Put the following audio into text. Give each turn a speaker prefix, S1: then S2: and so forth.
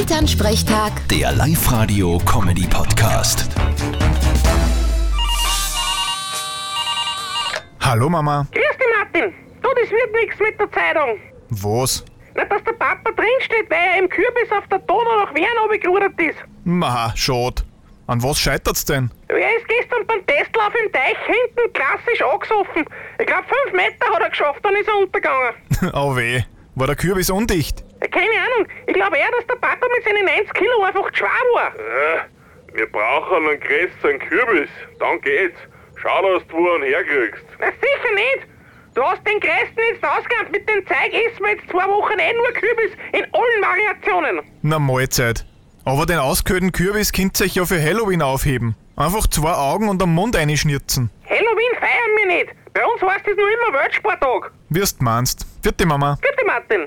S1: Elternsprechtag,
S2: Der Live-Radio-Comedy-Podcast.
S3: Hallo Mama.
S4: Grüß dich, Martin. Du, das wird nichts mit der Zeitung.
S3: Was?
S4: Na, dass der Papa drinsteht, weil er im Kürbis auf der Donau nach Wien runtergerudert ist.
S3: Ma, schad. An was scheitert's denn?
S4: Er ist gestern beim Testlauf im Teich hinten klassisch angesoffen. Ich glaube, fünf Meter hat er geschafft, dann ist er untergegangen.
S3: oh weh, war der Kürbis undicht?
S4: Keine Ahnung, ich glaube eher, dass der Papa mit seinen 90 Kilo einfach zu schwer war.
S5: Äh, wir brauchen einen größeren Kürbis, dann geht's. Schau, dass du einen herkriegst.
S4: Na, sicher nicht. Du hast den größten jetzt ausgehabt. Mit dem Zeug essen wir jetzt zwei Wochen eh nur Kürbis in allen Variationen.
S3: Na Mahlzeit. Aber den ausgehöhlten Kürbis könnt ihr euch ja für Halloween aufheben. Einfach zwei Augen und am Mund einschnirzen.
S4: Halloween feiern wir nicht. Bei uns heißt es nur immer Weltsporttag.
S3: Wirst meinst. Vierte Mama.
S4: Bitte, Martin.